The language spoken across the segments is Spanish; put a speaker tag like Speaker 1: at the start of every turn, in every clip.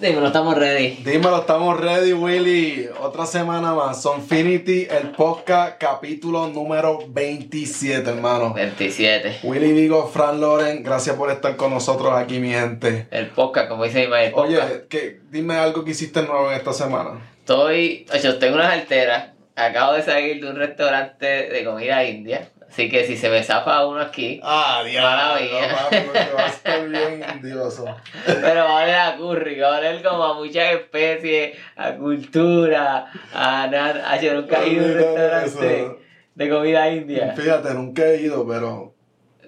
Speaker 1: Dímelo, estamos ready.
Speaker 2: Dímelo, estamos ready, Willy. Otra semana más. Sonfinity, el podcast, capítulo número 27, hermano.
Speaker 1: 27.
Speaker 2: Willy Vigo, Fran Loren, gracias por estar con nosotros aquí, mi gente.
Speaker 1: El podcast, como dice mi madre, el podcast.
Speaker 2: Oye, que, dime algo que hiciste nuevo en esta semana.
Speaker 1: Estoy, yo tengo unas alteras. Acabo de salir de un restaurante de comida india. Así que si se me zafa uno aquí,
Speaker 2: Ah,
Speaker 1: Maravilla.
Speaker 2: papi, porque va a estar bien dioso.
Speaker 1: pero va a oler a curry, va a oler como a muchas especies, a cultura, a nada. Ay, Yo nunca he ido a un restaurante de comida india.
Speaker 2: Fíjate, nunca he ido, pero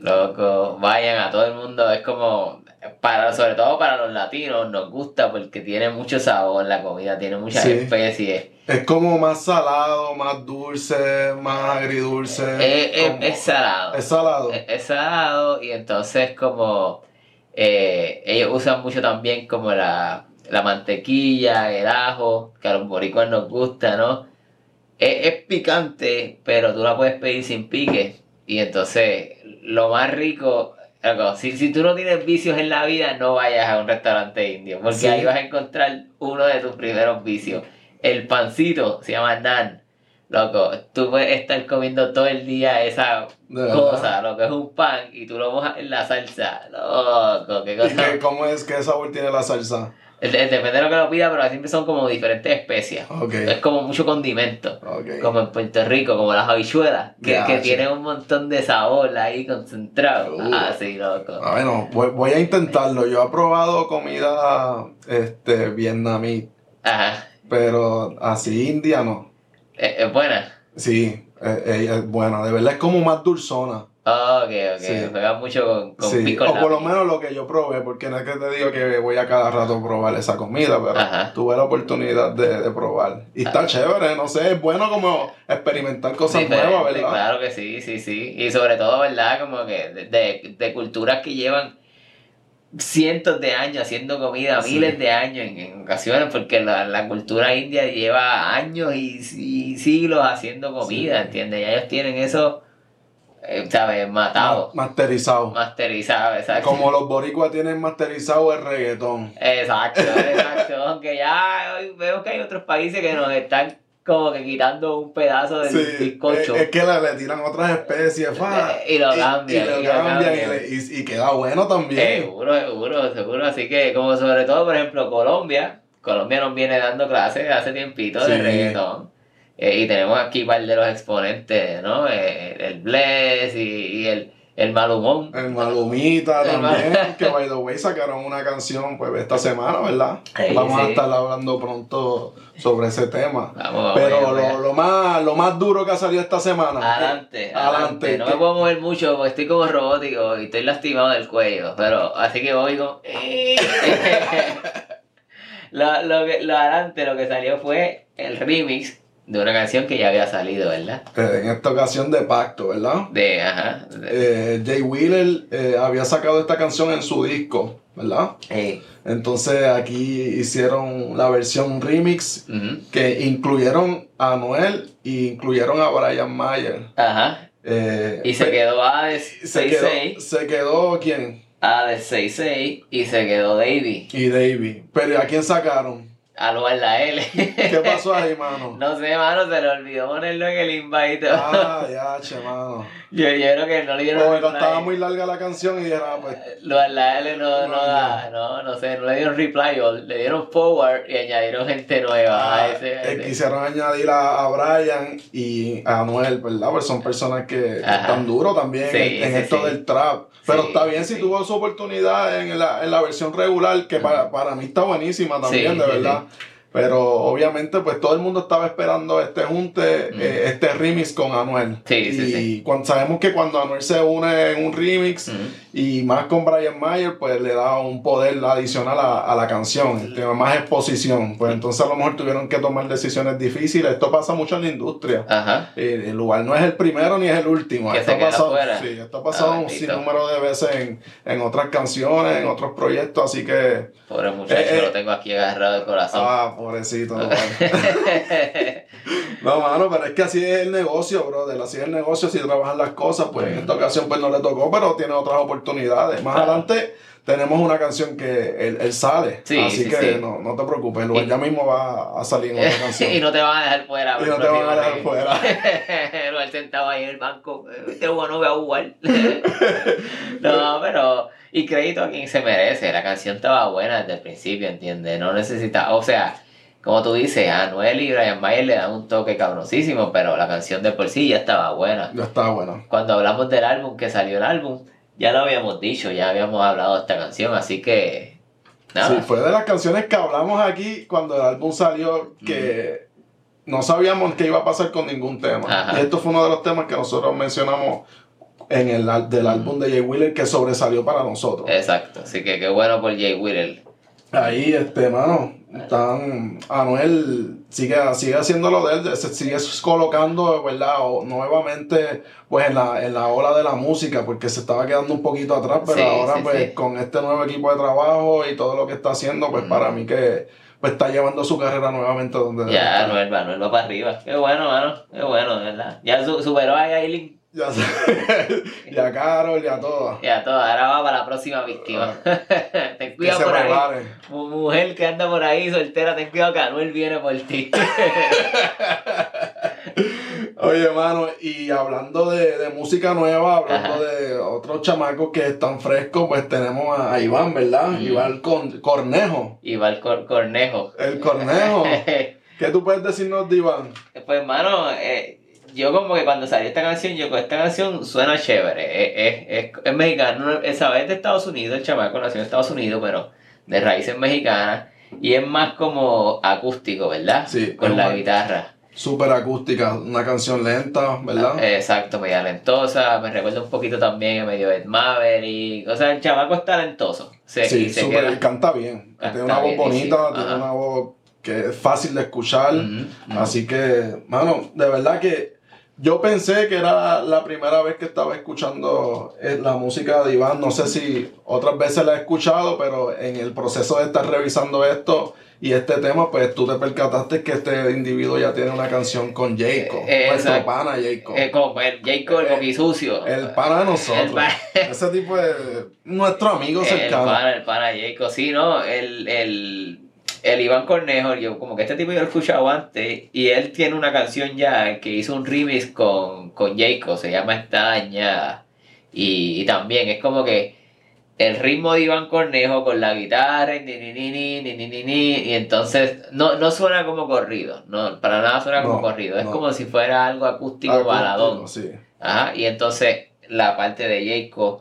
Speaker 1: Loco, vayan a todo el mundo, es como, para, sobre todo para los latinos, nos gusta porque tiene mucho sabor la comida, tiene muchas
Speaker 2: Sí.
Speaker 1: especies.
Speaker 2: es como más salado, más dulce, más agridulce.
Speaker 1: Es, es-
Speaker 2: Eh, como-
Speaker 1: Eh, es eh, salado.
Speaker 2: es salado.
Speaker 1: Es, es salado y entonces como eh, ellos usan mucho también como la, la mantequilla, el ajo, que a los boricuas nos gusta, ¿no? Es, es picante, pero tú la puedes pedir sin pique. Y entonces lo más rico, loco, si, si tú no tienes vicios en la vida, no vayas a un restaurante indio, porque
Speaker 2: Sí.
Speaker 1: ahí vas a encontrar uno de tus primeros vicios. El pancito se llama nan. Loco, tú puedes estar comiendo todo el día esa
Speaker 2: de verdad.
Speaker 1: cosa, lo que es un pan, y tú lo mojas en la salsa. Loco, qué
Speaker 2: ¿Y
Speaker 1: cosa.
Speaker 2: qué- cómo es que sabor tiene la salsa?
Speaker 1: De- Depende de lo que lo pida, pero siempre son como diferentes especias.
Speaker 2: Ok,
Speaker 1: Es como mucho condimento.
Speaker 2: ok.
Speaker 1: Como en Puerto Rico, como las habichuelas, que,
Speaker 2: Ya,
Speaker 1: que
Speaker 2: sí.
Speaker 1: tienen un montón de sabor ahí concentrado.
Speaker 2: Uh.
Speaker 1: Ah, sí, loco.
Speaker 2: Ah, Bueno, voy, voy a intentarlo. Yo he probado comida este, vietnamí,
Speaker 1: Ajá.
Speaker 2: pero así india no.
Speaker 1: Es, es buena.
Speaker 2: Sí, eh, eh, es buena. De verdad es como más dulzona.
Speaker 1: Ok, ok.
Speaker 2: Sí.
Speaker 1: Juega mucho con, con
Speaker 2: Sí,
Speaker 1: pico en
Speaker 2: o
Speaker 1: la
Speaker 2: por lo
Speaker 1: piel.
Speaker 2: menos lo que yo probé, porque no es que te digo que voy a cada rato a probar esa comida, pero
Speaker 1: Ajá.
Speaker 2: tuve la oportunidad de, de probar. Y está chévere, no sé, es bueno como experimentar cosas
Speaker 1: Diferente,
Speaker 2: nuevas, ¿verdad?
Speaker 1: Claro que pues, sí, sí, sí. Y sobre todo, ¿verdad? Como que de, de- de culturas que llevan cientos de años haciendo comida,
Speaker 2: Sí.
Speaker 1: miles de años en, en ocasiones, porque la, la cultura india lleva años y, y siglos haciendo comida,
Speaker 2: Sí.
Speaker 1: ¿entiendes? Y ellos tienen eso, eh, ¿sabes? Matado,
Speaker 2: Ma- Masterizado.
Speaker 1: masterizado, exacto.
Speaker 2: Ah. Como los boricuas tienen masterizado el reggaetón.
Speaker 1: Exacto, exacto. Aunque ya hoy vemos que hay otros países que nos están como que quitando un pedazo del
Speaker 2: Sí, eh, es,
Speaker 1: bizcocho.
Speaker 2: es que le, le tiran otras especies, fa,
Speaker 1: Eh, Y lo cambian,
Speaker 2: Y, lo
Speaker 1: y lo
Speaker 2: cambian,
Speaker 1: cambian. Eh,
Speaker 2: y le- y- y queda bueno también.
Speaker 1: Seguro, seguro, seguro. Así que, como sobre todo, por ejemplo, Colombia. Colombia nos viene dando clases hace tiempito de
Speaker 2: Sí.
Speaker 1: reggaetón. Eh, y tenemos aquí un par de los exponentes, ¿no? Eh, el Bless y, y el, el Malumón.
Speaker 2: El Malumita
Speaker 1: El
Speaker 2: también, que by the way sacaron una canción pues esta semana, ¿verdad?
Speaker 1: Sí,
Speaker 2: Vamos a
Speaker 1: sí.
Speaker 2: estar hablando pronto sobre ese tema.
Speaker 1: Vamos,
Speaker 2: Pero
Speaker 1: vamos,
Speaker 2: lo,
Speaker 1: vamos.
Speaker 2: lo más, lo más duro que ha salido esta semana.
Speaker 1: Adelante,
Speaker 2: Eh,
Speaker 1: adelante. No me
Speaker 2: que-
Speaker 1: puedo mover mucho porque estoy como robótico y estoy lastimado del cuello. Pero así que voy con.
Speaker 2: Eh.
Speaker 1: lo, lo, que, lo adelante, lo que salió fue el remix de una canción que ya había salido, ¿verdad?
Speaker 2: eh, en esta ocasión de pacto, ¿verdad?
Speaker 1: De, ajá. de-
Speaker 2: Eh, Jay Wheeler eh, había sacado esta canción en su disco, ¿verdad?
Speaker 1: Ey,
Speaker 2: Entonces aquí hicieron la versión remix
Speaker 1: ujú,
Speaker 2: que incluyeron a Noel y incluyeron a Brian Mayer.
Speaker 1: Ajá.
Speaker 2: Eh,
Speaker 1: Y se
Speaker 2: pe-
Speaker 1: quedó Hades
Speaker 2: se quedó,
Speaker 1: 66,
Speaker 2: se quedó quién?
Speaker 1: Hades 66 y se quedó Davey.
Speaker 2: Y Davey. Pero ¿a quién sacaron?
Speaker 1: Al lugar la L.
Speaker 2: ¿Qué pasó ahí, mano?
Speaker 1: No sé, mano, se le olvidó ponerlo en el invite.
Speaker 2: Ah, ya, che, mano.
Speaker 1: Yo, yo creo que no le dieron
Speaker 2: O era-
Speaker 1: reply.
Speaker 2: estaba muy larga la canción y dijeron, ah, pues
Speaker 1: Lo- la L no, no
Speaker 2: No,
Speaker 1: da, no, no sé, no le dieron reply all, le dieron forward y añadieron gente nueva
Speaker 2: Ah,
Speaker 1: a ese. a
Speaker 2: eh,
Speaker 1: ese.
Speaker 2: quisieron añadir a, a Brian y a Anuel, ¿verdad? Porque son personas que que
Speaker 1: Ajá.
Speaker 2: están duro también
Speaker 1: Sí,
Speaker 2: en, en
Speaker 1: sí,
Speaker 2: esto
Speaker 1: sí.
Speaker 2: del trap. Pero
Speaker 1: Sí,
Speaker 2: está bien
Speaker 1: sí.
Speaker 2: si tuvo su oportunidad en la, en la versión regular, que para, para mí está buenísima también,
Speaker 1: Sí,
Speaker 2: de
Speaker 1: sí,
Speaker 2: verdad. Pero obviamente, pues todo el mundo estaba esperando este junte,
Speaker 1: Mm.
Speaker 2: eh, este remix con Anuel.
Speaker 1: Sí,
Speaker 2: y
Speaker 1: sí, sí.
Speaker 2: cuan- sabemos que cuando Anuel se une en un remix
Speaker 1: Ujú.
Speaker 2: y más con Brian Mayer, pues le da un poder adicional a, a la canción, tiene más exposición. Pues entonces a lo mejor tuvieron que tomar decisiones difíciles. Esto pasa mucho en la industria.
Speaker 1: Ajá.
Speaker 2: El, el lugar no es el primero ni es el último.
Speaker 1: Que
Speaker 2: esto,
Speaker 1: se
Speaker 2: ha
Speaker 1: queda
Speaker 2: pasado,
Speaker 1: afuera.
Speaker 2: sí, esto ha pasado
Speaker 1: Ah,
Speaker 2: un
Speaker 1: bendito.
Speaker 2: sinnúmero de veces en, en otras canciones, en otros proyectos, así que.
Speaker 1: Pobre muchacho,
Speaker 2: Eh, eh.
Speaker 1: lo tengo aquí agarrado de corazón.
Speaker 2: Ah, pobrecito. no, mano. No, mano, pero es que así es el negocio, brother. Así es el negocio, si trabajan las cosas, pues en esta ocasión pues no le tocó, pero tiene otras oportunidades. Más
Speaker 1: Claro.
Speaker 2: adelante tenemos una canción que él, él sale.
Speaker 1: Sí,
Speaker 2: así
Speaker 1: sí,
Speaker 2: que
Speaker 1: sí.
Speaker 2: No, no te preocupes, Lugar
Speaker 1: Y-
Speaker 2: ya mismo va a salir en otra canción.
Speaker 1: y no te van a dejar fuera. pues,
Speaker 2: Y no te van a dejar fuera.
Speaker 1: fuera. Lo sentado ahí en el banco. eh, Este bueno no va a jugar. no, pero. Y crédito a quien se merece. La canción estaba buena desde el principio, ¿entiendes? No necesita. O sea, como tú dices, a Anuel y Brian Mayer le dan un toque cabroncísimo, pero la canción de por sí ya estaba buena.
Speaker 2: Ya está bueno.
Speaker 1: Cuando hablamos del álbum, que salió el álbum, ya lo habíamos dicho, ya habíamos hablado de esta canción, así que. Nada.
Speaker 2: Sí, fue de las canciones que hablamos aquí cuando el álbum salió que no sabíamos qué iba a pasar con ningún tema.
Speaker 1: Mm. Ajá.
Speaker 2: Y esto fue uno de los temas que nosotros mencionamos en el al- del álbum de Jay Wheeler que sobresalió para nosotros.
Speaker 1: Exacto, así que qué bueno por Jay Whittle.
Speaker 2: Ahí, este, mano, están. Anuel sigue, sigue haciendo lo de él, se sigue colocando, ¿verdad? O- nuevamente, pues en la, en la ola de la música, porque se estaba quedando un poquito atrás, pero
Speaker 1: Sí,
Speaker 2: ahora,
Speaker 1: sí,
Speaker 2: pues,
Speaker 1: sí.
Speaker 2: con este nuevo equipo de trabajo y todo lo que está haciendo, pues
Speaker 1: Mm.
Speaker 2: para mí que pues, está llevando su carrera nuevamente donde debe
Speaker 1: Ya,
Speaker 2: estar.
Speaker 1: Anuel va, Anuel va para arriba. Qué bueno, mano. Qué bueno, de ¿verdad? Ya su- superó a Aileen
Speaker 2: Ya se- y a Carol y a todas.
Speaker 1: y a todo. Ahora va para la próxima víctima. ten
Speaker 2: Ah. Que
Speaker 1: cuidado
Speaker 2: se
Speaker 1: por ahí.
Speaker 2: preparen.
Speaker 1: Mu- Mujer que anda por ahí soltera, ten cuidado que Anuel viene por ti.
Speaker 2: Oye, hermano, y hablando de, de música nueva, hablando
Speaker 1: Ajá.
Speaker 2: de otros chamacos que están frescos, pues tenemos a, a Iván, ¿verdad?
Speaker 1: Mm.
Speaker 2: Iván Con- Cornejo.
Speaker 1: y va el cor- cornejo.
Speaker 2: El Cornejo. ¿Qué tú puedes decirnos de Iván?
Speaker 1: Pues, hermano, yo como que cuando salió esta canción, yo con esta canción suena chévere. Eh, eh, Es, es mexicano, eh, sabe, es de Estados Unidos, el chamaco nació en Estados Unidos, pero de raíces mexicanas. Y es más como acústico, ¿verdad?
Speaker 2: Sí,
Speaker 1: Con la
Speaker 2: normal.
Speaker 1: guitarra.
Speaker 2: Súper acústica, una canción lenta, ¿verdad?
Speaker 1: Eh, Exacto, media talentosa. Me recuerda un poquito también a medio Ed Maverick. O sea, el chamaco es talentoso. Se, y
Speaker 2: sí,
Speaker 1: eh, se
Speaker 2: súper,
Speaker 1: queda-
Speaker 2: canta bien.
Speaker 1: Canta
Speaker 2: tiene una voz
Speaker 1: bien, y sí,
Speaker 2: bonita, tiene
Speaker 1: ajá.
Speaker 2: una voz que es fácil de escuchar.
Speaker 1: Ujú, ujú.
Speaker 2: Así que, mano, de verdad que yo pensé que era la primera vez que estaba escuchando eh, la música de Iván. No sé si otras veces la he escuchado, pero en el proceso de estar revisando esto y este tema, pues tú te percataste que este individuo ya tiene una canción con Jacob,
Speaker 1: Eh,
Speaker 2: nuestro
Speaker 1: exacto.
Speaker 2: pana Jacob.
Speaker 1: Eh, como el Jacob
Speaker 2: Eh,
Speaker 1: el sucio.
Speaker 2: el pana de nosotros.
Speaker 1: el pa-
Speaker 2: Ese tipo de nuestro amigo
Speaker 1: El
Speaker 2: cercano.
Speaker 1: pana, el pana Jacob. Sí, no, el, el, el Iván Cornejo, yo como que este tipo yo lo he escuchado antes. Y él tiene una canción ya que hizo un remix con, con Jacob, se llama Está Dañada. Y, y también es como que el ritmo de Iván Cornejo con la guitarra y, ni, ni, ni, ni, ni, ni, ni, ni, y entonces no, no suena como corrido, no, para nada suena como
Speaker 2: No,
Speaker 1: corrido, es
Speaker 2: no.
Speaker 1: como si fuera algo acústico,
Speaker 2: Acústico,
Speaker 1: baladón.
Speaker 2: Ah, sí.
Speaker 1: Ajá, y entonces la parte de Jacob,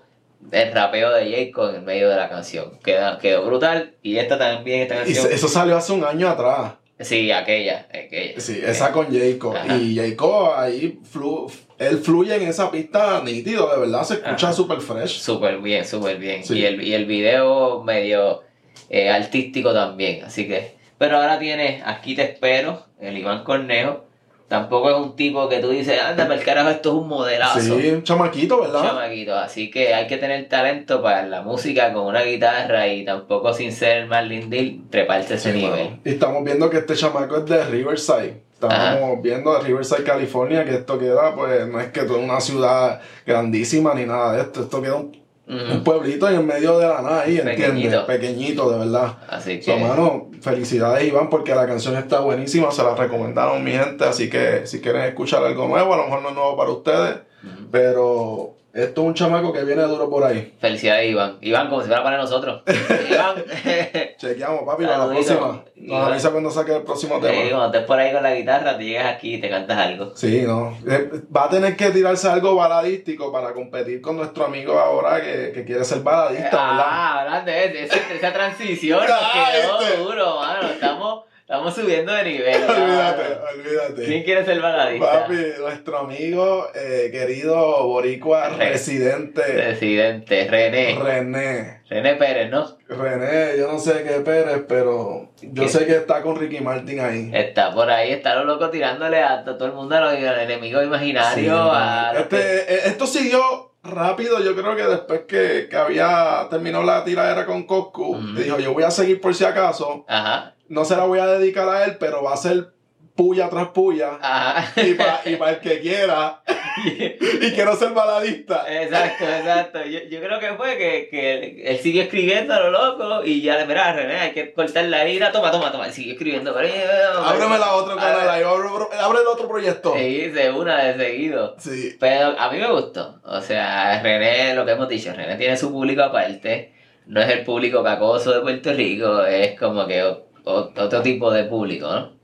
Speaker 1: el rapeo de Jacob en el medio de la canción. Queda, quedó brutal. Y esta también, esta
Speaker 2: Y
Speaker 1: canción.
Speaker 2: se- eso salió hace un año atrás.
Speaker 1: Sí, aquella, aquella.
Speaker 2: Sí, esa con Jacob.
Speaker 1: Eh, Ajá.
Speaker 2: Y Jacob ahí, flu- él fluye en esa pista nítido, de verdad, se escucha
Speaker 1: Ajá.
Speaker 2: súper fresh.
Speaker 1: Súper bien, súper bien.
Speaker 2: Sí.
Speaker 1: Y, el, y el video medio eh, artístico también. Así que. Pero ahora tienes Aquí te espero, el Iván Cornejo. Tampoco es un tipo que tú dices, anda, pero el carajo, esto es un modelazo.
Speaker 2: Sí, un chamaquito, ¿verdad?
Speaker 1: chamaquito, así que hay que tener talento para la música con una guitarra y tampoco sin ser más lindil, treparse ese
Speaker 2: Sí,
Speaker 1: nivel.
Speaker 2: mano. Y estamos viendo que este chamaco es de Riverside. Estamos viendo de Riverside, California, que esto queda, pues, no es que toda una ciudad grandísima ni nada de esto. Esto queda un, un
Speaker 1: Ujú.
Speaker 2: pueblito en el medio de la nada ahí, ¿entiendes?
Speaker 1: Mm. Pequeñito.
Speaker 2: Pequeñito, de verdad.
Speaker 1: Así que
Speaker 2: So, mano, felicidades Iván porque la canción está buenísima, se la recomendaron mi gente, así que si quieren escuchar algo nuevo, a lo mejor no es nuevo para ustedes,
Speaker 1: ujú.
Speaker 2: pero esto es un chamaco que viene duro por ahí.
Speaker 1: felicidades Iván. Iván, como si fuera para nosotros. Iván, eh,
Speaker 2: Chequeamos, papi, para la
Speaker 1: Saludito.
Speaker 2: próxima. Nos
Speaker 1: Iván.
Speaker 2: avisa cuando saque el próximo tema.
Speaker 1: cuando estés por ahí con la guitarra, te llegas aquí y te cantas algo.
Speaker 2: Sí, no. Eh, Va a tener que tirarse algo baladístico para competir con nuestro amigo ahora que, que quiere ser baladista, ¿verdad?
Speaker 1: Ah, hablando de, de ese- de esa transición,
Speaker 2: Ah,
Speaker 1: que no,
Speaker 2: este.
Speaker 1: duro, mano. Estamos, estamos subiendo de nivel. mano.
Speaker 2: Olvídate, olvídate.
Speaker 1: ¿Quién quiere ser baladista?
Speaker 2: Papi, nuestro amigo, eh, querido boricua
Speaker 1: Re-
Speaker 2: residente,
Speaker 1: Presidente, René.
Speaker 2: René.
Speaker 1: René Pérez, ¿no?
Speaker 2: René, yo no sé qué Pérez, pero yo
Speaker 1: ¿Qué?
Speaker 2: sé que está con Ricky Martin ahí.
Speaker 1: Está por ahí, está lo loco tirándole a to- todo el mundo, a los a los enemigos
Speaker 2: Sí,
Speaker 1: imaginarios. a los
Speaker 2: este,
Speaker 1: que-
Speaker 2: eh, Esto siguió rápido, yo creo que después que, que había terminado la tiradera con Coscu,
Speaker 1: Ujú.
Speaker 2: dijo, yo voy a seguir por si acaso,
Speaker 1: Ajá.
Speaker 2: no se la voy a dedicar a él, pero va a ser puya tras puya.
Speaker 1: Ajá.
Speaker 2: Y para el que quiera, y quiero ser baladista.
Speaker 1: Exacto, exacto. Yo, yo creo que fue que, que él siguió escribiendo a lo loco y ya le mira, René, hay que cortar la ira. Toma, toma, toma. Él siguió escribiendo. pero, eh,
Speaker 2: Ábreme la otra
Speaker 1: Ah,
Speaker 2: canal, ahí, abre, abre el otro proyecto.
Speaker 1: Sí, se una de seguido.
Speaker 2: Sí.
Speaker 1: Pero a mí me gustó. O sea, René, lo que hemos dicho, René tiene su público aparte. No es el público cacoso de Puerto Rico, es como que o- o- otro tipo de público, ¿no?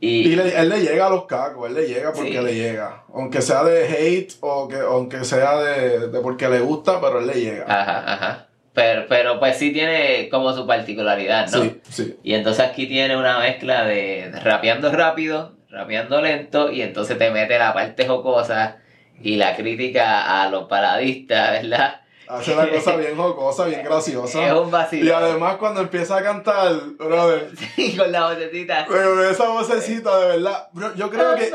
Speaker 2: Y le- él le llega a los cacos, él le llega porque
Speaker 1: Sí.
Speaker 2: le llega. Aunque sea de hate o que, aunque sea de, de porque le gusta, pero él le llega.
Speaker 1: Ajá, ajá. Pero, pero pues sí tiene como su particularidad, ¿no?
Speaker 2: Sí, sí.
Speaker 1: Y entonces aquí tiene una mezcla de rapeando rápido, rapeando lento, y entonces te mete la parte jocosa y la crítica a los paradistas, ¿verdad?
Speaker 2: Hace la cosa bien jocosa, bien
Speaker 1: es
Speaker 2: graciosa.
Speaker 1: un vacío.
Speaker 2: Y además cuando empieza a cantar, brother,
Speaker 1: con la vocecita.
Speaker 2: brother, esa vocecita de verdad, bro, yo creo que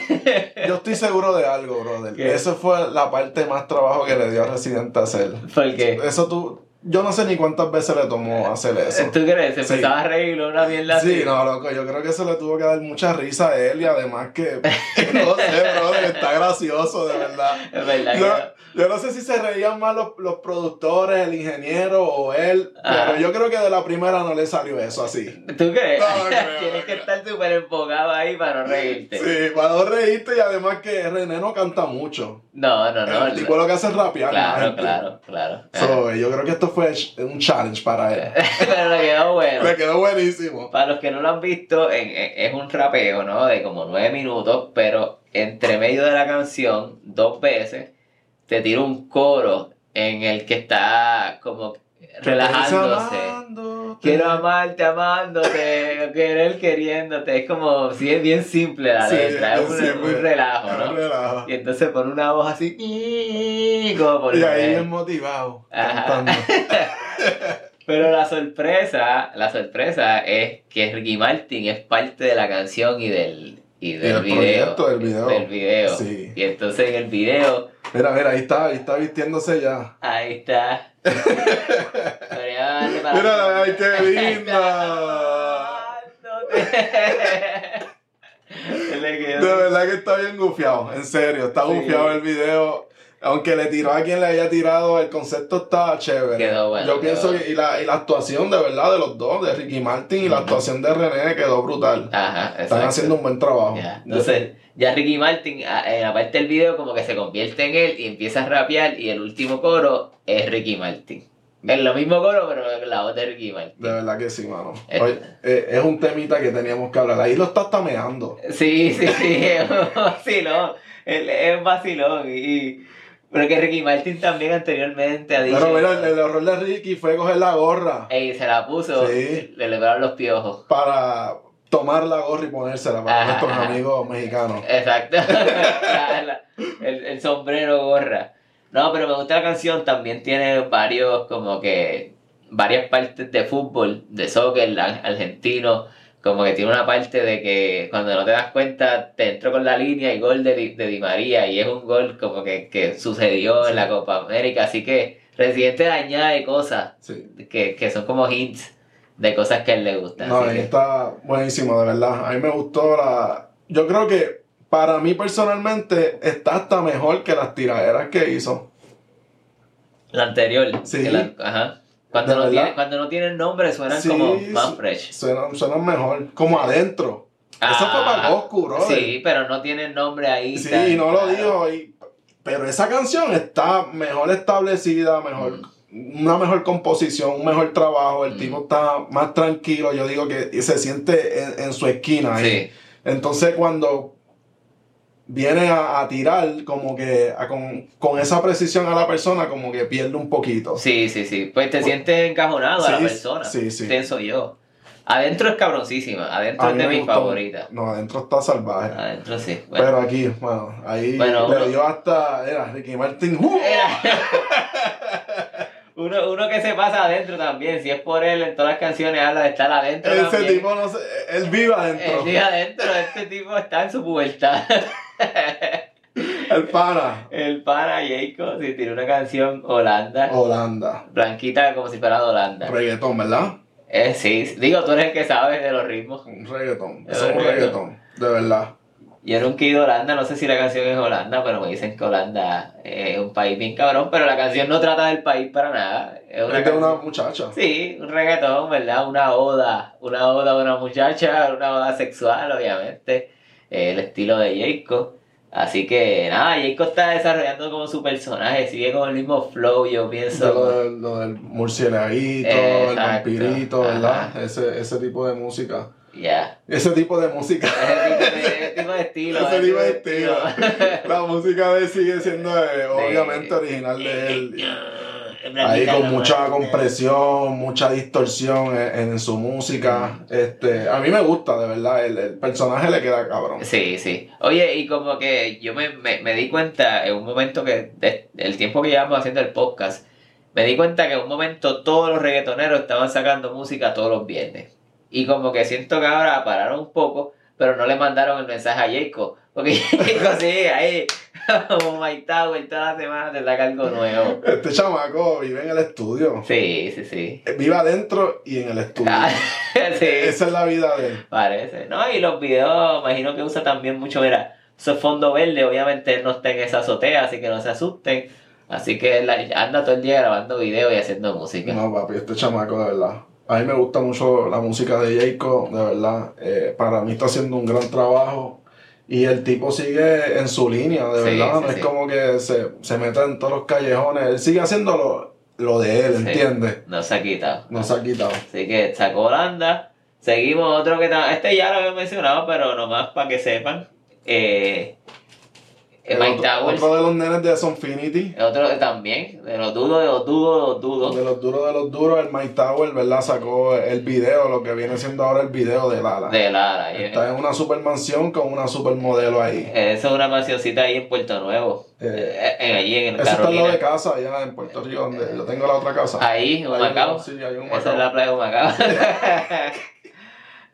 Speaker 1: Suelte.
Speaker 2: yo estoy seguro de algo, brother.
Speaker 1: ¿Qué?
Speaker 2: Eso fue la parte más trabajo que le dio a Residente hacer.
Speaker 1: ¿Por qué?
Speaker 2: Eso tú, yo no sé ni cuántas veces le tomó hacer eso.
Speaker 1: ¿Tú crees? Se
Speaker 2: Sí.
Speaker 1: empezaba a reír una mierda
Speaker 2: Sí,
Speaker 1: así.
Speaker 2: no, loco, yo creo que eso le tuvo que dar mucha risa a él y además que, no sé, brother, está gracioso, de verdad.
Speaker 1: Es verdad que
Speaker 2: Yo,
Speaker 1: no.
Speaker 2: yo no sé si se reían más los, los productores, el ingeniero o él,
Speaker 1: Ajá.
Speaker 2: pero yo creo que de la primera no le salió eso así.
Speaker 1: ¿Tú crees?
Speaker 2: No, no creo,
Speaker 1: Tienes
Speaker 2: no
Speaker 1: que
Speaker 2: creo.
Speaker 1: estar súper enfocado ahí para no reírte.
Speaker 2: Sí, para no reírte y además que René no canta mucho.
Speaker 1: No, no, no.
Speaker 2: el tipo lo que hace es rapear.
Speaker 1: Claro,
Speaker 2: ¿no?
Speaker 1: claro, claro.
Speaker 2: So, yo creo que esto fue un challenge para él.
Speaker 1: Pero le quedó bueno.
Speaker 2: Le quedó buenísimo.
Speaker 1: Para los que no lo han visto, en- en- es un rapeo, ¿no? De como nueve minutos, pero entre medio de la canción, dos veces, te tira un coro en el que está como relajándose.
Speaker 2: Pensándote.
Speaker 1: Quiero amarte amándote, querer queriéndote. Es como, sí, es bien simple la
Speaker 2: Sí,
Speaker 1: letra, es
Speaker 2: bien
Speaker 1: un,
Speaker 2: simple.
Speaker 1: un relajo, ¿no?
Speaker 2: Relaja.
Speaker 1: Y entonces pone una voz así, y como por
Speaker 2: Y ahí
Speaker 1: ver.
Speaker 2: bien motivado,
Speaker 1: Ajá.
Speaker 2: cantando.
Speaker 1: Pero la sorpresa, la sorpresa es que Ricky Martin es parte de la canción y del, y del
Speaker 2: del
Speaker 1: video.
Speaker 2: proyecto del video.
Speaker 1: del video.
Speaker 2: Sí.
Speaker 1: Y entonces en el video,
Speaker 2: Mira, mira, ahí está, ahí está vistiéndose ya.
Speaker 1: ahí está. Pero ya dale para-
Speaker 2: Mira, ay, qué linda.
Speaker 1: Amándote. Se le
Speaker 2: De
Speaker 1: quedó-
Speaker 2: verdad que está bien gufiado, en serio, está
Speaker 1: Sí.
Speaker 2: gufiado el video. Aunque le tiró a quien le haya tirado, el concepto está chévere.
Speaker 1: Quedó bueno,
Speaker 2: Yo
Speaker 1: quedó
Speaker 2: pienso
Speaker 1: bueno.
Speaker 2: que y la, y la actuación de verdad de los dos, de Ricky Martin y la
Speaker 1: Ujú.
Speaker 2: actuación de René quedó brutal.
Speaker 1: Ajá,
Speaker 2: Están
Speaker 1: exacto.
Speaker 2: haciendo un buen trabajo.
Speaker 1: Ya, Entonces, ya Ricky Martin, a- en la parte del video, como que se convierte en él y empieza a rapear. Y el último coro es Ricky Martin. Es lo mismo coro, pero con la voz de Ricky Martin.
Speaker 2: De verdad que sí, mano.
Speaker 1: Eh.
Speaker 2: Oye, eh, es un temita que teníamos que hablar. Ahí lo estás tameando.
Speaker 1: Sí, sí, sí, es un vacilón. Es, es un vacilón. Y, y- pero que Ricky Martin también anteriormente ha dicho.
Speaker 2: Pero mira, el, el error de Ricky fue coger la gorra
Speaker 1: Ey, se la puso,
Speaker 2: Sí.
Speaker 1: le lograron los piojos.
Speaker 2: para tomar la gorra y ponérsela para
Speaker 1: Ajá,
Speaker 2: nuestros
Speaker 1: ajá.
Speaker 2: amigos mexicanos.
Speaker 1: Exacto. La- la- el, el sombrero gorra. No, pero me gusta la canción. También tiene varios, como que, varias partes de fútbol, de soccer, la- argentino. Como que tiene una parte de que cuando no te das cuenta, te entró con la línea y gol de, Di- de Di María. Y es un gol como que, que sucedió en la Copa América. Así que Residente añade cosas
Speaker 2: Sí.
Speaker 1: que, que son como hints de cosas que a él le gustan.
Speaker 2: No,
Speaker 1: así
Speaker 2: ahí
Speaker 1: que-
Speaker 2: está buenísimo, de verdad. A mí me gustó la. Yo creo que para mí personalmente está hasta mejor que las tiraderas que hizo.
Speaker 1: La anterior.
Speaker 2: Sí.
Speaker 1: que la- ajá. Cuando
Speaker 2: ¿De
Speaker 1: no,
Speaker 2: verdad?
Speaker 1: tiene, cuando no tienen nombre suenan
Speaker 2: Sí,
Speaker 1: como
Speaker 2: sí.
Speaker 1: más fresh.
Speaker 2: Suenan, suenan mejor, como adentro. Eso fue para Goku, bro.
Speaker 1: Ah, Sí, pero no tienen nombre ahí.
Speaker 2: Sí,
Speaker 1: tan
Speaker 2: y no
Speaker 1: claro.
Speaker 2: lo dijo. y- pero esa canción está mejor establecida, mejor, una mejor composición, un mejor trabajo. El
Speaker 1: Mm.
Speaker 2: tipo está más tranquilo. Yo digo que se siente en, en su esquina. ahí.
Speaker 1: Sí,
Speaker 2: Entonces, cuando viene a, a tirar, como que a con, con esa precisión a la persona, como que pierde un poquito.
Speaker 1: sí, sí, sí. Pues te
Speaker 2: Pues-
Speaker 1: sientes encajonado a la
Speaker 2: Sí,
Speaker 1: persona.
Speaker 2: sí, sí.
Speaker 1: Pienso yo. Adentro es cabroncísima. Adentro
Speaker 2: A
Speaker 1: es
Speaker 2: mí
Speaker 1: de
Speaker 2: me
Speaker 1: mis
Speaker 2: gustó.
Speaker 1: favoritas.
Speaker 2: No, adentro está salvaje.
Speaker 1: Adentro sí. Bueno.
Speaker 2: Pero aquí, bueno, ahí
Speaker 1: Bueno,
Speaker 2: le
Speaker 1: uno-
Speaker 2: dio hasta, era Ricky Martin. ¡uh!
Speaker 1: Era- uno, uno que se pasa adentro también. Si es por él, en todas las canciones habla de estar adentro.
Speaker 2: Ese
Speaker 1: también.
Speaker 2: tipo, no sé, él vive adentro.
Speaker 1: El día adentro, este tipo está en su pubertad.
Speaker 2: El pana.
Speaker 1: El pana Jacob si tiene una canción Holanda,
Speaker 2: Holanda.
Speaker 1: blanquita como si fuera de Holanda.
Speaker 2: Reggaetón, ¿verdad?
Speaker 1: Eh, sí, digo, tú eres el que sabes de los ritmos.
Speaker 2: Un reggaetón.
Speaker 1: Es
Speaker 2: Eso es un
Speaker 1: reggaetón.
Speaker 2: reggaetón. De verdad.
Speaker 1: Yo nunca he ido a Holanda, no sé si la canción es Holanda, pero me dicen que Holanda es un país bien cabrón, pero la canción no trata del país para nada. Es una
Speaker 2: Es de una
Speaker 1: canción-
Speaker 2: muchacha.
Speaker 1: Sí, un reggaetón, ¿verdad? Una oda, una oda a una muchacha, una oda sexual, obviamente, eh, el estilo de Jacob. Así que nada, Jacob está desarrollando como su personaje, sigue con el mismo flow, yo
Speaker 2: De lo,
Speaker 1: pienso.
Speaker 2: del, lo del murcielaguito,
Speaker 1: Exacto.
Speaker 2: el vampirito, ¿verdad?
Speaker 1: Ajá.
Speaker 2: Ese, ese tipo de música.
Speaker 1: Ya.
Speaker 2: Ese tipo de música.
Speaker 1: Ese tipo de- ese tipo de estilo.
Speaker 2: Ese tipo de estilo. La música de él sigue siendo eh, obviamente original
Speaker 1: Eh,
Speaker 2: de él. Ahí con mucha compresión, mucha distorsión eh, en, en su música. Este, a mí me gusta, de verdad. El, el personaje le queda cabrón.
Speaker 1: Sí, sí. Oye, y como que yo me, me, me di cuenta en un momento que, de- el tiempo que llevamos haciendo el podcast, me di cuenta que en un momento todos los reggaetoneros estaban sacando música todos los viernes. Y como que siento que ahora pararon un poco, pero no le mandaron el mensaje a Jacob. Porque Jacob sigue ahí, como My Tower, toda la semana te saca algo nuevo.
Speaker 2: Este chamaco vive en el estudio.
Speaker 1: Sí, sí, sí.
Speaker 2: Vive adentro y en el estudio.
Speaker 1: Ah, sí.
Speaker 2: Esa es la vida de él.
Speaker 1: Parece, ¿no? Y los videos, imagino que usa también mucho, mira, su fondo verde, obviamente él no está en esa azotea, así que no se asusten. Así que él anda todo el día grabando videos y haciendo música.
Speaker 2: No, papi, este chamaco, de verdad. A mí me gusta mucho la música de Jacob, de verdad. Eh, para mí está haciendo un gran trabajo. Y el tipo sigue en su línea, de
Speaker 1: Sí,
Speaker 2: verdad.
Speaker 1: sí,
Speaker 2: no es
Speaker 1: sí.
Speaker 2: como que se, se meta en todos los callejones. Él sigue haciendo lo, lo de él,
Speaker 1: Sí.
Speaker 2: ¿entiendes?
Speaker 1: No se ha quitado.
Speaker 2: No se ha quitado.
Speaker 1: Así que sacó Holanda. Seguimos otro que ta- este ya lo había mencionado, pero nomás para que sepan. Eh, eh,
Speaker 2: El
Speaker 1: Mike
Speaker 2: otro,
Speaker 1: Towers.
Speaker 2: otro de los nenes de Sonfinity.
Speaker 1: El otro que también, de los dudos, de los dudos, de los dudos.
Speaker 2: De los duros de los duros, el Mike Tower, ¿verdad? Sacó el video, lo que viene siendo ahora el video de Lala.
Speaker 1: De Lara.
Speaker 2: Está en una supermansión con una supermodelo ahí.
Speaker 1: Eso es una mansioncita ahí en Puerto Nuevo.
Speaker 2: Eh,
Speaker 1: Eh, eh, allí en
Speaker 2: Eso está al
Speaker 1: Carolina.
Speaker 2: lado de casa, allá en Puerto Rico, donde yo tengo la otra casa.
Speaker 1: Ahí, en
Speaker 2: Hay
Speaker 1: Macao.
Speaker 2: un- Sí, hay un
Speaker 1: Esa es la
Speaker 2: Macao.
Speaker 1: playa de Macao.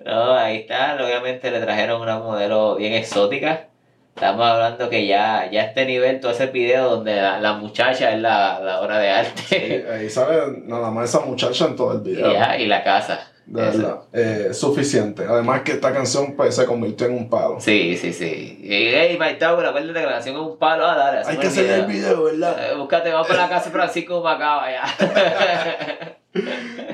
Speaker 1: no, ahí está. Obviamente le trajeron una modelo bien exótica. Estamos hablando que ya, ya a este nivel, todo ese video donde la, la muchacha es la, la obra de arte.
Speaker 2: Sí, Ahí sale nada más esa muchacha en todo el
Speaker 1: y,
Speaker 2: video.
Speaker 1: ya, y la casa.
Speaker 2: De verdad. Eh, suficiente. Además que esta canción pues, se convirtió en un palo.
Speaker 1: Sí, sí, sí. Y hey, My Tower, acuérdate que la canción es un palo. Ah, dale,
Speaker 2: hay
Speaker 1: hacemos
Speaker 2: que hacer el
Speaker 1: video.
Speaker 2: video, ¿verdad?
Speaker 1: Eh, búscate, vamos para la casa de Francisco de Macao allá. Eh.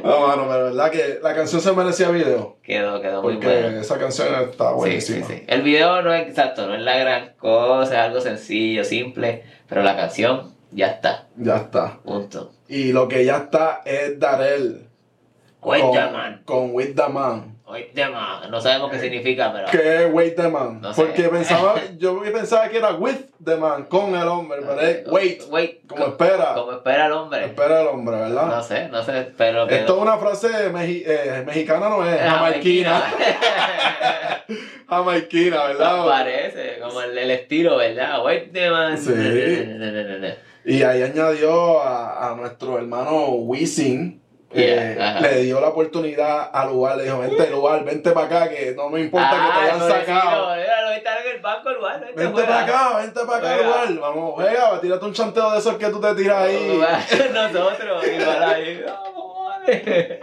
Speaker 2: No, mano, Ah, pero verdad que la canción se merecía video.
Speaker 1: quedó, quedó muy
Speaker 2: Porque
Speaker 1: bueno.
Speaker 2: esa canción está
Speaker 1: Sí, sí,
Speaker 2: buenísima.
Speaker 1: sí. El video no es exacto, no es la gran cosa, es algo sencillo, simple, pero la canción ya está,
Speaker 2: Ya está.
Speaker 1: punto.
Speaker 2: Y lo que ya está es Darel.
Speaker 1: Wait the
Speaker 2: con,
Speaker 1: man,
Speaker 2: con With the Man.
Speaker 1: wait the man. No sabemos qué significa, pero.
Speaker 2: Eh, ¿Qué es Wait the Man?
Speaker 1: No sé.
Speaker 2: Porque pensaba, yo pensaba que era with the man, con el hombre, pero es wait,
Speaker 1: Wait,
Speaker 2: como
Speaker 1: co-
Speaker 2: espera,
Speaker 1: como espera el hombre.
Speaker 2: espera el hombre, ¿verdad?
Speaker 1: No sé, no sé, pero.
Speaker 2: Esto es
Speaker 1: quedó-
Speaker 2: toda una frase meji- eh, mexicana, no es,
Speaker 1: Ah,
Speaker 2: jamaiquina,
Speaker 1: Marquina.
Speaker 2: jamaiquina, ¿verdad?
Speaker 1: Parece, como el, el estilo, ¿verdad? Wait the man.
Speaker 2: Sí. Y ahí añadió a, a nuestro hermano Wisin. eh,
Speaker 1: Yeah, ajá. Uh.
Speaker 2: le dio la oportunidad al lugar, le dijo, vente lugar, vente para acá, que no me importa
Speaker 1: Ah,
Speaker 2: que te hayan sacado.
Speaker 1: Lo está en el banco, este el bar,
Speaker 2: Vente para acá, vente para acá,
Speaker 1: Juega.
Speaker 2: lugar. Vamos, juega, tírate un chanteo de esos que tú te tiras ahí.
Speaker 1: Nosotros, igual ahí. vamos, vale.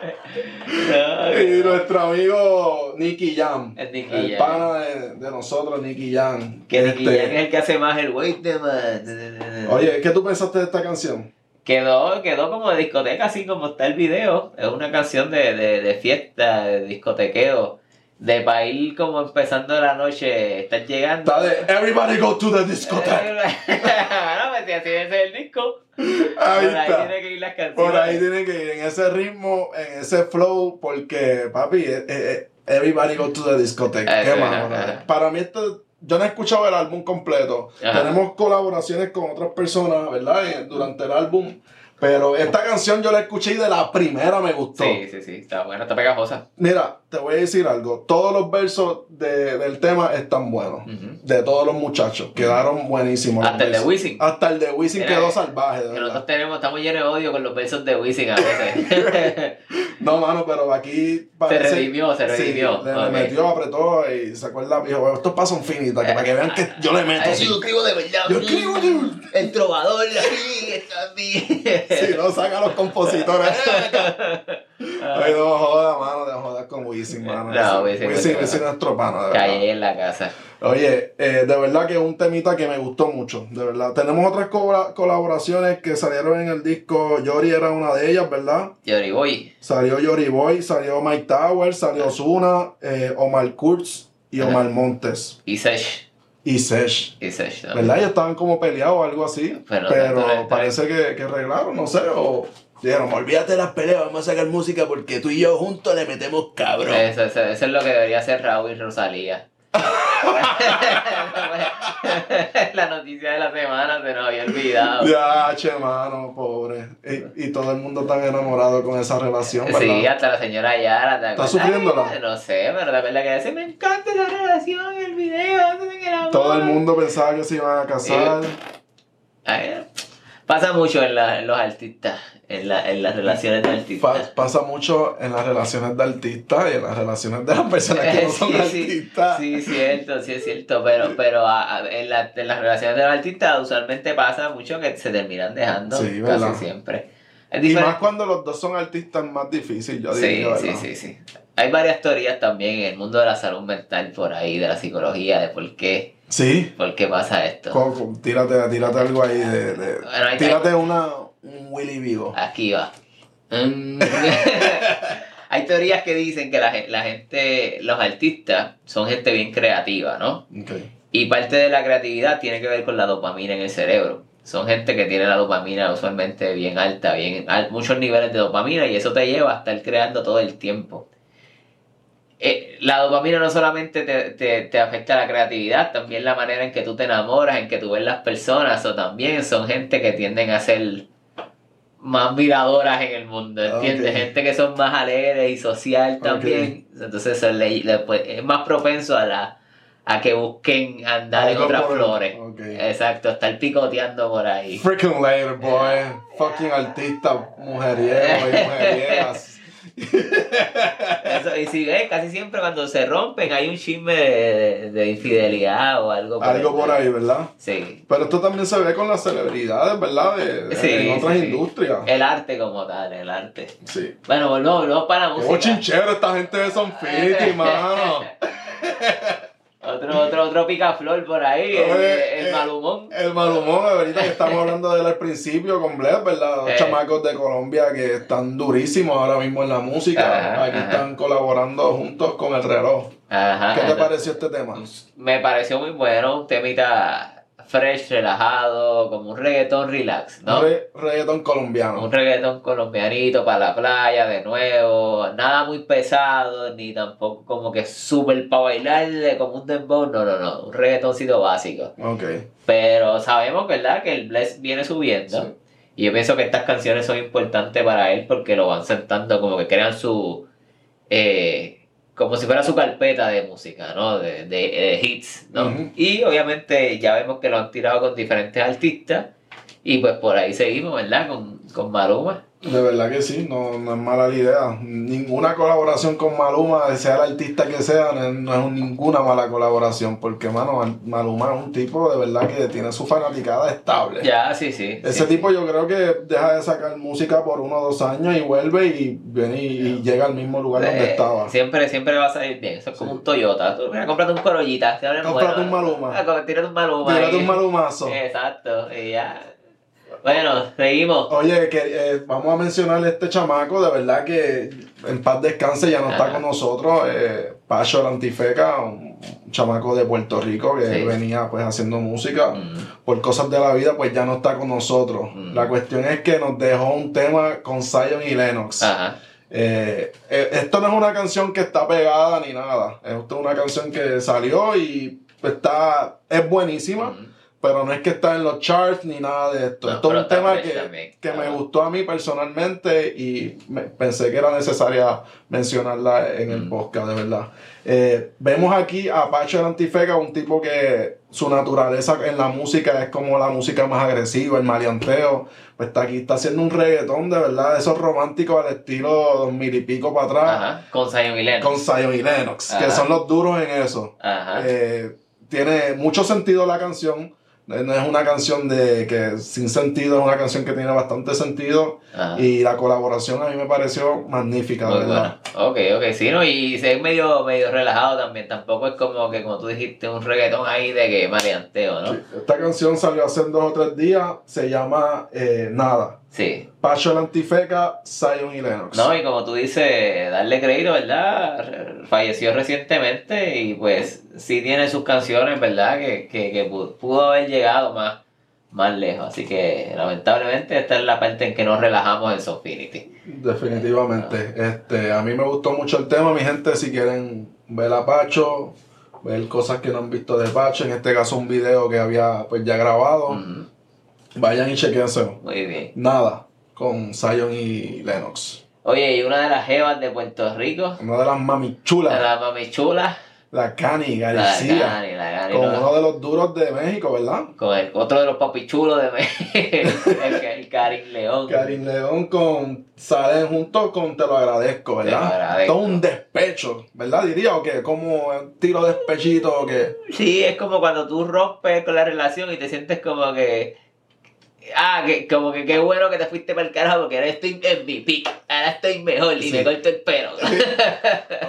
Speaker 2: Y nuestro amigo Nicky Jam.
Speaker 1: El Eh, Nicky
Speaker 2: El
Speaker 1: Jam.
Speaker 2: pana de, de nosotros, Nicky Jam.
Speaker 1: Que Nicky
Speaker 2: Este,
Speaker 1: Jam es el que hace más el wait the man.
Speaker 2: Oye, ¿qué tú pensaste de esta canción?
Speaker 1: Quedó, quedó como de discoteca, así como está el video. Es una canción de, de, de fiesta, de discotequeo. De para ir como empezando la noche, estar llegando.
Speaker 2: Está de Everybody Go to the Discotheque.
Speaker 1: no, pues si así es el disco. Eh, por ahí
Speaker 2: Ahí está.
Speaker 1: tiene que ir las canciones.
Speaker 2: Por ahí tiene que ir en ese ritmo, en ese flow, porque, papi, eh, eh, Everybody Go to the Discotheque.
Speaker 1: Ah,
Speaker 2: Qué
Speaker 1: sí,
Speaker 2: más,
Speaker 1: ajá,
Speaker 2: brother.
Speaker 1: ajá.
Speaker 2: Para mí, esto- yo no he escuchado el álbum completo.
Speaker 1: Ajá.
Speaker 2: Tenemos colaboraciones con otras personas, ¿verdad? Eh, Durante el álbum. Pero esta canción yo la escuché y de la primera me gustó.
Speaker 1: Sí, sí, sí, está buena, está pegajosa.
Speaker 2: Mira, te voy a decir algo. Todos los versos de- del tema están buenos.
Speaker 1: Ujú.
Speaker 2: De todos los muchachos. Quedaron buenísimos. los
Speaker 1: Hasta el de
Speaker 2: versos.
Speaker 1: Wisin.
Speaker 2: Hasta el de Wisin
Speaker 1: Mira,
Speaker 2: quedó salvaje, de
Speaker 1: Que
Speaker 2: verdad.
Speaker 1: nosotros tenemos, estamos llenos de odio con los versos de Wisin a veces.
Speaker 2: No, mano, pero aquí
Speaker 1: se
Speaker 2: parece-
Speaker 1: redimió, se
Speaker 2: Sí,
Speaker 1: redimió.
Speaker 2: le, le
Speaker 1: Ok.
Speaker 2: metió, apretó y sacó el lápiz. Dijo, Estos pasos son finitas, que para que vean que yo le meto.
Speaker 1: Ay,
Speaker 2: sí.
Speaker 1: escribo de verdad.
Speaker 2: Yo escribo de-
Speaker 1: El trovador, así, está así.
Speaker 2: si no saca a los compositores. Ay, no joda, mano, de jodas con Wisin, mano.
Speaker 1: No, Wisin,
Speaker 2: Wisin, Wisin,
Speaker 1: Wisin,
Speaker 2: Wisin es nuestro pana, de verdad.
Speaker 1: Caí en la casa.
Speaker 2: Oye, eh, de verdad que es un temita que me gustó mucho, de verdad. Tenemos otras cobra- colaboraciones que salieron en el disco. Yori era una de ellas, ¿verdad?
Speaker 1: Yori Boy.
Speaker 2: Salió Yori Boy, salió Mike Tower, salió Zuna, eh, Omar Kurtz y
Speaker 1: Ajá.
Speaker 2: Omar Montes.
Speaker 1: Y Sesh.
Speaker 2: Y Sesh.
Speaker 1: Y Sesh, ¿no?
Speaker 2: ¿Verdad? Ellos estaban como peleados o algo así. Pero,
Speaker 1: Pero- pero- pero-
Speaker 2: parece que, que arreglaron, no sé, o dijeron,
Speaker 3: Olvídate de las peleas, vamos a sacar música porque tú y yo juntos le metemos cabrón.
Speaker 1: Eso, eso, eso es lo que debería hacer Raúl y Rosalía. la noticia de la semana se nos había olvidado.
Speaker 2: Ya, che, mano, pobre. Y, y todo el mundo tan enamorado con esa relación, ¿verdad?
Speaker 1: Sí, hasta la señora Yara. ¿te acuerdas?
Speaker 2: sufriéndola?
Speaker 1: Ay, No sé, pero la verdad que dice, me encanta esa relación, el video, eso me enamora".
Speaker 2: Todo el mundo pensaba que se iban a casar.
Speaker 1: Eh, Ay, pasa mucho en, la- en los artistas, en, la- en las relaciones de artistas.
Speaker 2: Pa- pasa mucho en las relaciones de artistas y en las relaciones de las personas que no son
Speaker 1: Sí, sí.
Speaker 2: artistas.
Speaker 1: Sí, cierto, sí es cierto, pero, pero a- a- en, la- en las relaciones de los artistas usualmente pasa mucho que se terminan dejando
Speaker 2: Sí, ¿verdad?
Speaker 1: casi siempre. Es
Speaker 2: Y
Speaker 1: diferente-
Speaker 2: más cuando los dos son artistas es más difícil, yo
Speaker 1: Sí,
Speaker 2: diría.
Speaker 1: sí,
Speaker 2: ¿verdad?
Speaker 1: sí, sí. Hay varias teorías también en el mundo de la salud mental por ahí, de la psicología, de por qué,
Speaker 2: Sí.
Speaker 1: por qué pasa esto.
Speaker 2: Coco, tírate, tírate algo ahí de. de-
Speaker 1: Bueno, hay-
Speaker 2: tírate una, un Willy Vigo.
Speaker 1: Aquí va. Mm. Hay teorías que dicen que la, gen- la gente, los artistas, son gente bien creativa, ¿no?
Speaker 2: Ok.
Speaker 1: Y parte de la creatividad tiene que ver con la dopamina en el cerebro. Son gente que tiene la dopamina usualmente bien alta, bien al- muchos niveles de dopamina y eso te lleva a estar creando todo el tiempo. Eh, la dopamina no solamente te, te- te afecta la creatividad, también la manera en que tú te enamoras, en que tú ves las personas, o también son gente que tienden a ser más miradoras en el mundo, ¿entiendes?
Speaker 2: Ok.
Speaker 1: Gente que son más alegres y social
Speaker 2: Ok.
Speaker 1: también. Entonces eso le- le- pues, es más propenso a la a que busquen andar en
Speaker 2: Algo
Speaker 1: otras
Speaker 2: por-
Speaker 1: flores.
Speaker 2: ok.
Speaker 1: Exacto, estar picoteando por ahí.
Speaker 2: Freaking later, boy. Fucking artista, mujeriego y mujeriegas.
Speaker 1: Eso, y si ves, casi siempre cuando se rompen hay un chisme de, de infidelidad o algo por
Speaker 2: Algo por ahí, ¿verdad?
Speaker 1: Sí.
Speaker 2: Pero esto también se ve con las celebridades, ¿verdad? De, de-
Speaker 1: Sí,
Speaker 2: en otras
Speaker 1: sí, Eh, sí.
Speaker 2: industrias.
Speaker 1: El arte como tal, el arte.
Speaker 2: Sí.
Speaker 1: Bueno, volvemos, volvemos para la
Speaker 2: Qué
Speaker 1: música. Eh,
Speaker 2: bochinchero esta gente de Son Fiti, mano.
Speaker 1: Otro, otro, otro picaflor por ahí, el,
Speaker 2: Oye,
Speaker 1: el
Speaker 2: eh,
Speaker 1: malhumón.
Speaker 2: El malhumor, ahorita que estamos hablando de él al principio con Blair, ¿verdad? Los
Speaker 1: Eh.
Speaker 2: chamacos de Colombia que están durísimos ahora mismo en la música.
Speaker 1: Ajá,
Speaker 2: Aquí
Speaker 1: ajá.
Speaker 2: están colaborando juntos con el reloj.
Speaker 1: Ajá.
Speaker 2: ¿Qué te
Speaker 1: ajá.
Speaker 2: pareció este tema?
Speaker 1: Me pareció muy bueno, un temita fresh, relajado, como un reggaetón relax, ¿no?
Speaker 2: Re- reggaetón
Speaker 1: Un
Speaker 2: colombiano.
Speaker 1: reggaetón colombianito para la playa de nuevo, nada muy pesado, ni tampoco como que súper para bailar como un dembow, no, no, no, un reggaetoncito básico.
Speaker 2: Ok.
Speaker 1: Pero sabemos, ¿verdad?, que el Bless viene subiendo.
Speaker 2: Sí.
Speaker 1: Y yo pienso que estas canciones son importantes para él porque lo van sentando, como que crean su. eh, como si fuera su carpeta de música, ¿no? De, de- de hits, ¿no?
Speaker 2: Ujú.
Speaker 1: Y obviamente ya vemos que lo han tirado con diferentes artistas. Y pues por ahí seguimos, ¿verdad? Con, con Maluma.
Speaker 2: De verdad que sí, no, no es mala la idea. Ninguna colaboración con Maluma, sea el artista que sea, no es, no es un- ninguna mala colaboración, porque, mano, Mal- Maluma es un tipo de verdad que tiene su fanaticada estable.
Speaker 1: Ya, sí, sí.
Speaker 2: Ese
Speaker 1: sí,
Speaker 2: tipo yo creo que deja de sacar música por uno o dos años y vuelve y viene y, y llega al mismo lugar
Speaker 1: Eh,
Speaker 2: donde estaba.
Speaker 1: Siempre, siempre va a salir bien. Eso es como
Speaker 2: Sí.
Speaker 1: un Toyota. Tú, mira, cómprate un Corollita. se abre el
Speaker 2: Cómprate un
Speaker 1: bueno.
Speaker 2: Maluma.
Speaker 1: Ah, co- tírate un Maluma.
Speaker 2: Tírate
Speaker 1: ahí.
Speaker 2: un malumazo.
Speaker 1: Eh, Exacto, y ya. Bueno, seguimos.
Speaker 2: Oye, que eh, vamos a mencionar a este chamaco, de verdad que en paz descanse ya no está
Speaker 1: Ajá.
Speaker 2: con nosotros. eh, Pacho el Antifeca, un, un chamaco de Puerto Rico que
Speaker 1: Sí.
Speaker 2: venía pues haciendo música
Speaker 1: Mm,
Speaker 2: por cosas de la vida, pues ya no está con nosotros.
Speaker 1: Mm.
Speaker 2: La cuestión es que nos dejó un tema con Zion y Lennox.
Speaker 1: Ajá.
Speaker 2: Eh, eh, esto no es una canción que está pegada ni nada. Esto es una canción que salió y está es buenísima,
Speaker 1: Mm.
Speaker 2: pero no es que está en los charts ni nada de esto.
Speaker 1: No,
Speaker 2: esto es
Speaker 1: pero
Speaker 2: un
Speaker 1: está
Speaker 2: tema
Speaker 1: fresh
Speaker 2: que,
Speaker 1: también.
Speaker 2: que me
Speaker 1: Ajá.
Speaker 2: gustó a mí personalmente y me- pensé que era necesaria mencionarla en el
Speaker 1: Mm.
Speaker 2: podcast, de verdad. Eh, vemos aquí a Pacho el Antifeca, un tipo que su naturaleza en la música es como la música más agresiva, el maleanteo. Pues está aquí, está haciendo un reggaetón de verdad, de esos románticos al estilo dos mil y pico para atrás,
Speaker 1: Ajá. Con Zion y Lennon.
Speaker 2: con Zion y Lennox, que
Speaker 1: Ajá.
Speaker 2: son los duros en eso.
Speaker 1: Ajá.
Speaker 2: Eh, tiene mucho Eh, sentido la canción. No es una canción de que sin sentido, es una canción que tiene bastante sentido.
Speaker 1: Ajá.
Speaker 2: Y la colaboración a mí me pareció magnífica, de
Speaker 1: Ah. Muy
Speaker 2: ¿verdad?
Speaker 1: buena. Ok, ok, sí, ¿no? Y se ve medio, medio relajado también. Tampoco es como que, como tú dijiste, un reggaetón ahí de que mareanteo, ¿no? Sí.
Speaker 2: Sí. Esta canción salió hace dos o tres días, se llama eh, Nada. Pacho el Antifeca, Zion y Lennox.
Speaker 1: No, y como tú dices, darle crédito, ¿verdad? Re- Falleció recientemente y pues sí tiene sus canciones, ¿verdad? Que, que, que pu- pudo haber llegado más, más lejos. Así que lamentablemente esta es la parte en que nos relajamos en Sofinity.
Speaker 2: Definitivamente. Este, a mí me gustó mucho el tema, mi gente. Si quieren ver a Pacho, ver cosas que no han visto de Pacho, en este caso un video que había pues ya grabado,
Speaker 1: Ujú,
Speaker 2: vayan y chequense.
Speaker 1: Muy bien.
Speaker 2: Nada, con Zion y Lennox.
Speaker 1: Oye, y una de las jevas de Puerto Rico,
Speaker 2: Una de las mami chulas,
Speaker 1: la mami chula,
Speaker 2: la Cani
Speaker 1: la
Speaker 2: García,
Speaker 1: Gani, la Gani,
Speaker 2: con
Speaker 1: no-
Speaker 2: uno de los duros de México, ¿verdad?
Speaker 1: con el otro de los papichulos de México, el, el Karim León.
Speaker 2: Karim León con salen juntos con Te lo agradezco, ¿verdad?
Speaker 1: Te lo agradezco.
Speaker 2: Todo un despecho, ¿verdad? Diría o que como tiro despechito o que
Speaker 1: Sí, es como cuando tú rompes con la relación y te sientes como que. Ah, que, como que qué bueno que te fuiste para el carajo porque ahora estoy en mi pick, ahora estoy mejor y
Speaker 2: Sí.
Speaker 1: me corto el pelo.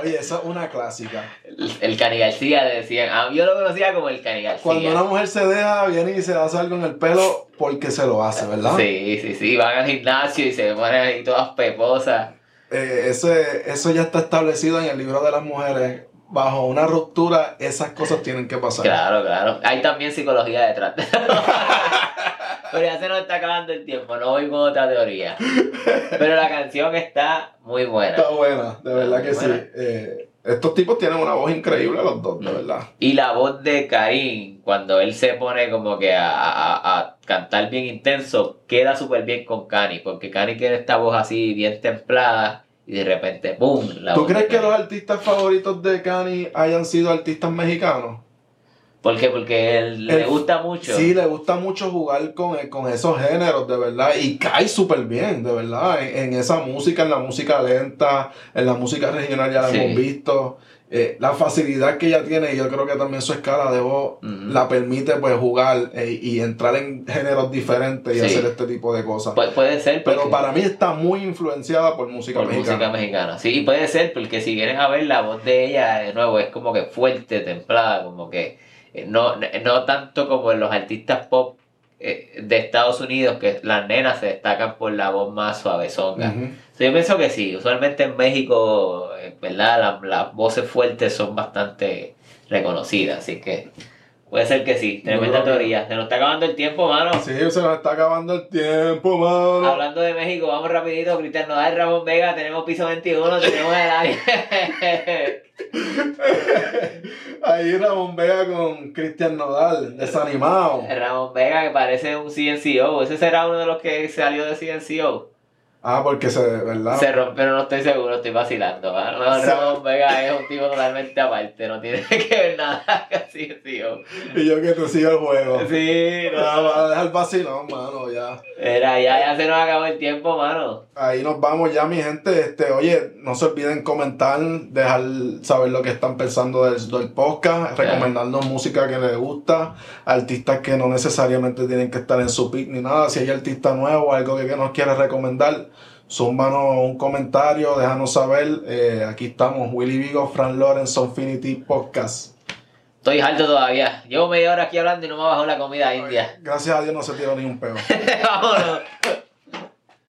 Speaker 2: Oye, esa es una clásica.
Speaker 1: El, el Cani García decían, ah, yo lo conocía como el Cani García.
Speaker 2: Cuando una mujer se deja, viene y se hace algo en el pelo porque se lo hace, ¿verdad?
Speaker 1: Sí, sí, sí, van al gimnasio y se ponen ahí todas peposas.
Speaker 2: Eh, eso, es- eso ya está establecido en el libro de las mujeres. Bajo una ruptura, esas cosas tienen que pasar.
Speaker 1: Claro, claro. Hay también psicología detrás. Pero ya se nos está acabando el tiempo, no voy con otra teoría. Pero la canción está muy buena.
Speaker 2: Está buena, de verdad que sí.
Speaker 1: Buena. Mm,
Speaker 2: Eh, estos tipos tienen una voz increíble los dos, de verdad.
Speaker 1: Y la voz de Karim, cuando él se pone como que a, a- a cantar bien intenso, queda súper bien con Cani, porque Cani tiene esta voz así bien templada y de repente, ¡boom! la
Speaker 2: ¿Tú
Speaker 1: voz de
Speaker 2: crees que
Speaker 1: Karim.
Speaker 2: los artistas favoritos de Cani hayan sido artistas mexicanos?
Speaker 1: ¿Por qué? Porque él le
Speaker 2: El-
Speaker 1: gusta mucho.
Speaker 2: Sí, le gusta mucho jugar con, eh, con esos géneros, de verdad. Y cae súper bien, de verdad. En, en esa música, en la música lenta, en la música regional ya la
Speaker 1: Sí.
Speaker 2: hemos visto. Eh, la facilidad que ella tiene, y yo creo que también su escala de voz
Speaker 1: Ujú.
Speaker 2: la permite pues jugar eh, y entrar en géneros diferentes y
Speaker 1: Sí.
Speaker 2: hacer este tipo de cosas.
Speaker 1: Pu- puede ser,
Speaker 2: Pero
Speaker 1: porque-
Speaker 2: para mí está muy influenciada por música
Speaker 1: por
Speaker 2: mexicana.
Speaker 1: música mexicana. Sí, y puede ser, porque si vienes a ver la voz de ella, de nuevo, es como que fuerte, templada, como que eh, no, no tanto como en los artistas pop eh, de Estados Unidos, que las nenas se destacan por la voz más suavezonga.
Speaker 2: Ujú.
Speaker 1: So, yo pienso que sí, usualmente en México, eh, ¿verdad? La- las voces fuertes son bastante reconocidas, así que puede ser que sí, tremenda
Speaker 2: Yo creo que-
Speaker 1: teoría. Se nos está acabando el tiempo, mano.
Speaker 2: Sí, se nos está acabando el tiempo, mano.
Speaker 1: Hablando de México, vamos rapidito, Cristian Nodal, Ramón Vega, tenemos piso 21, tenemos el área.
Speaker 2: Ahí Ramón Vega con Cristian Nodal, desanimado.
Speaker 1: Ramón Vega que parece un CNCO, ese será uno de los que salió de CNCO.
Speaker 2: Ah, porque se, ¿verdad?
Speaker 1: Se rompe, pero no estoy seguro, estoy vacilando. mano. No,
Speaker 2: Se-
Speaker 1: Ramón Vega es un tipo totalmente aparte, no tiene que ver nada con CNCO.
Speaker 2: Y yo que te sigo el juego.
Speaker 1: Sí,
Speaker 2: Ah,
Speaker 1: no.
Speaker 2: va a dejar vacilón, mano, ya.
Speaker 1: Era, ya, ya se nos acabó el tiempo, mano.
Speaker 2: Ahí nos vamos ya, mi gente. Este, oye, no se olviden comentar, dejar saber lo que están pensando del, del podcast, recomendarnos música que les gusta, artistas que no necesariamente tienen que estar en su pick ni nada. Si hay artista nuevo, algo que, que nos quieres recomendar, súmanos un comentario, déjanos saber. Eh, aquí estamos, Willy Vigo, Fran Lawrence, Infinity Podcast.
Speaker 1: Estoy harto todavía. Llevo media hora aquí hablando y no me ha bajado la comida india.
Speaker 2: Gracias a Dios no se tiró ni un peo.
Speaker 1: Vámonos.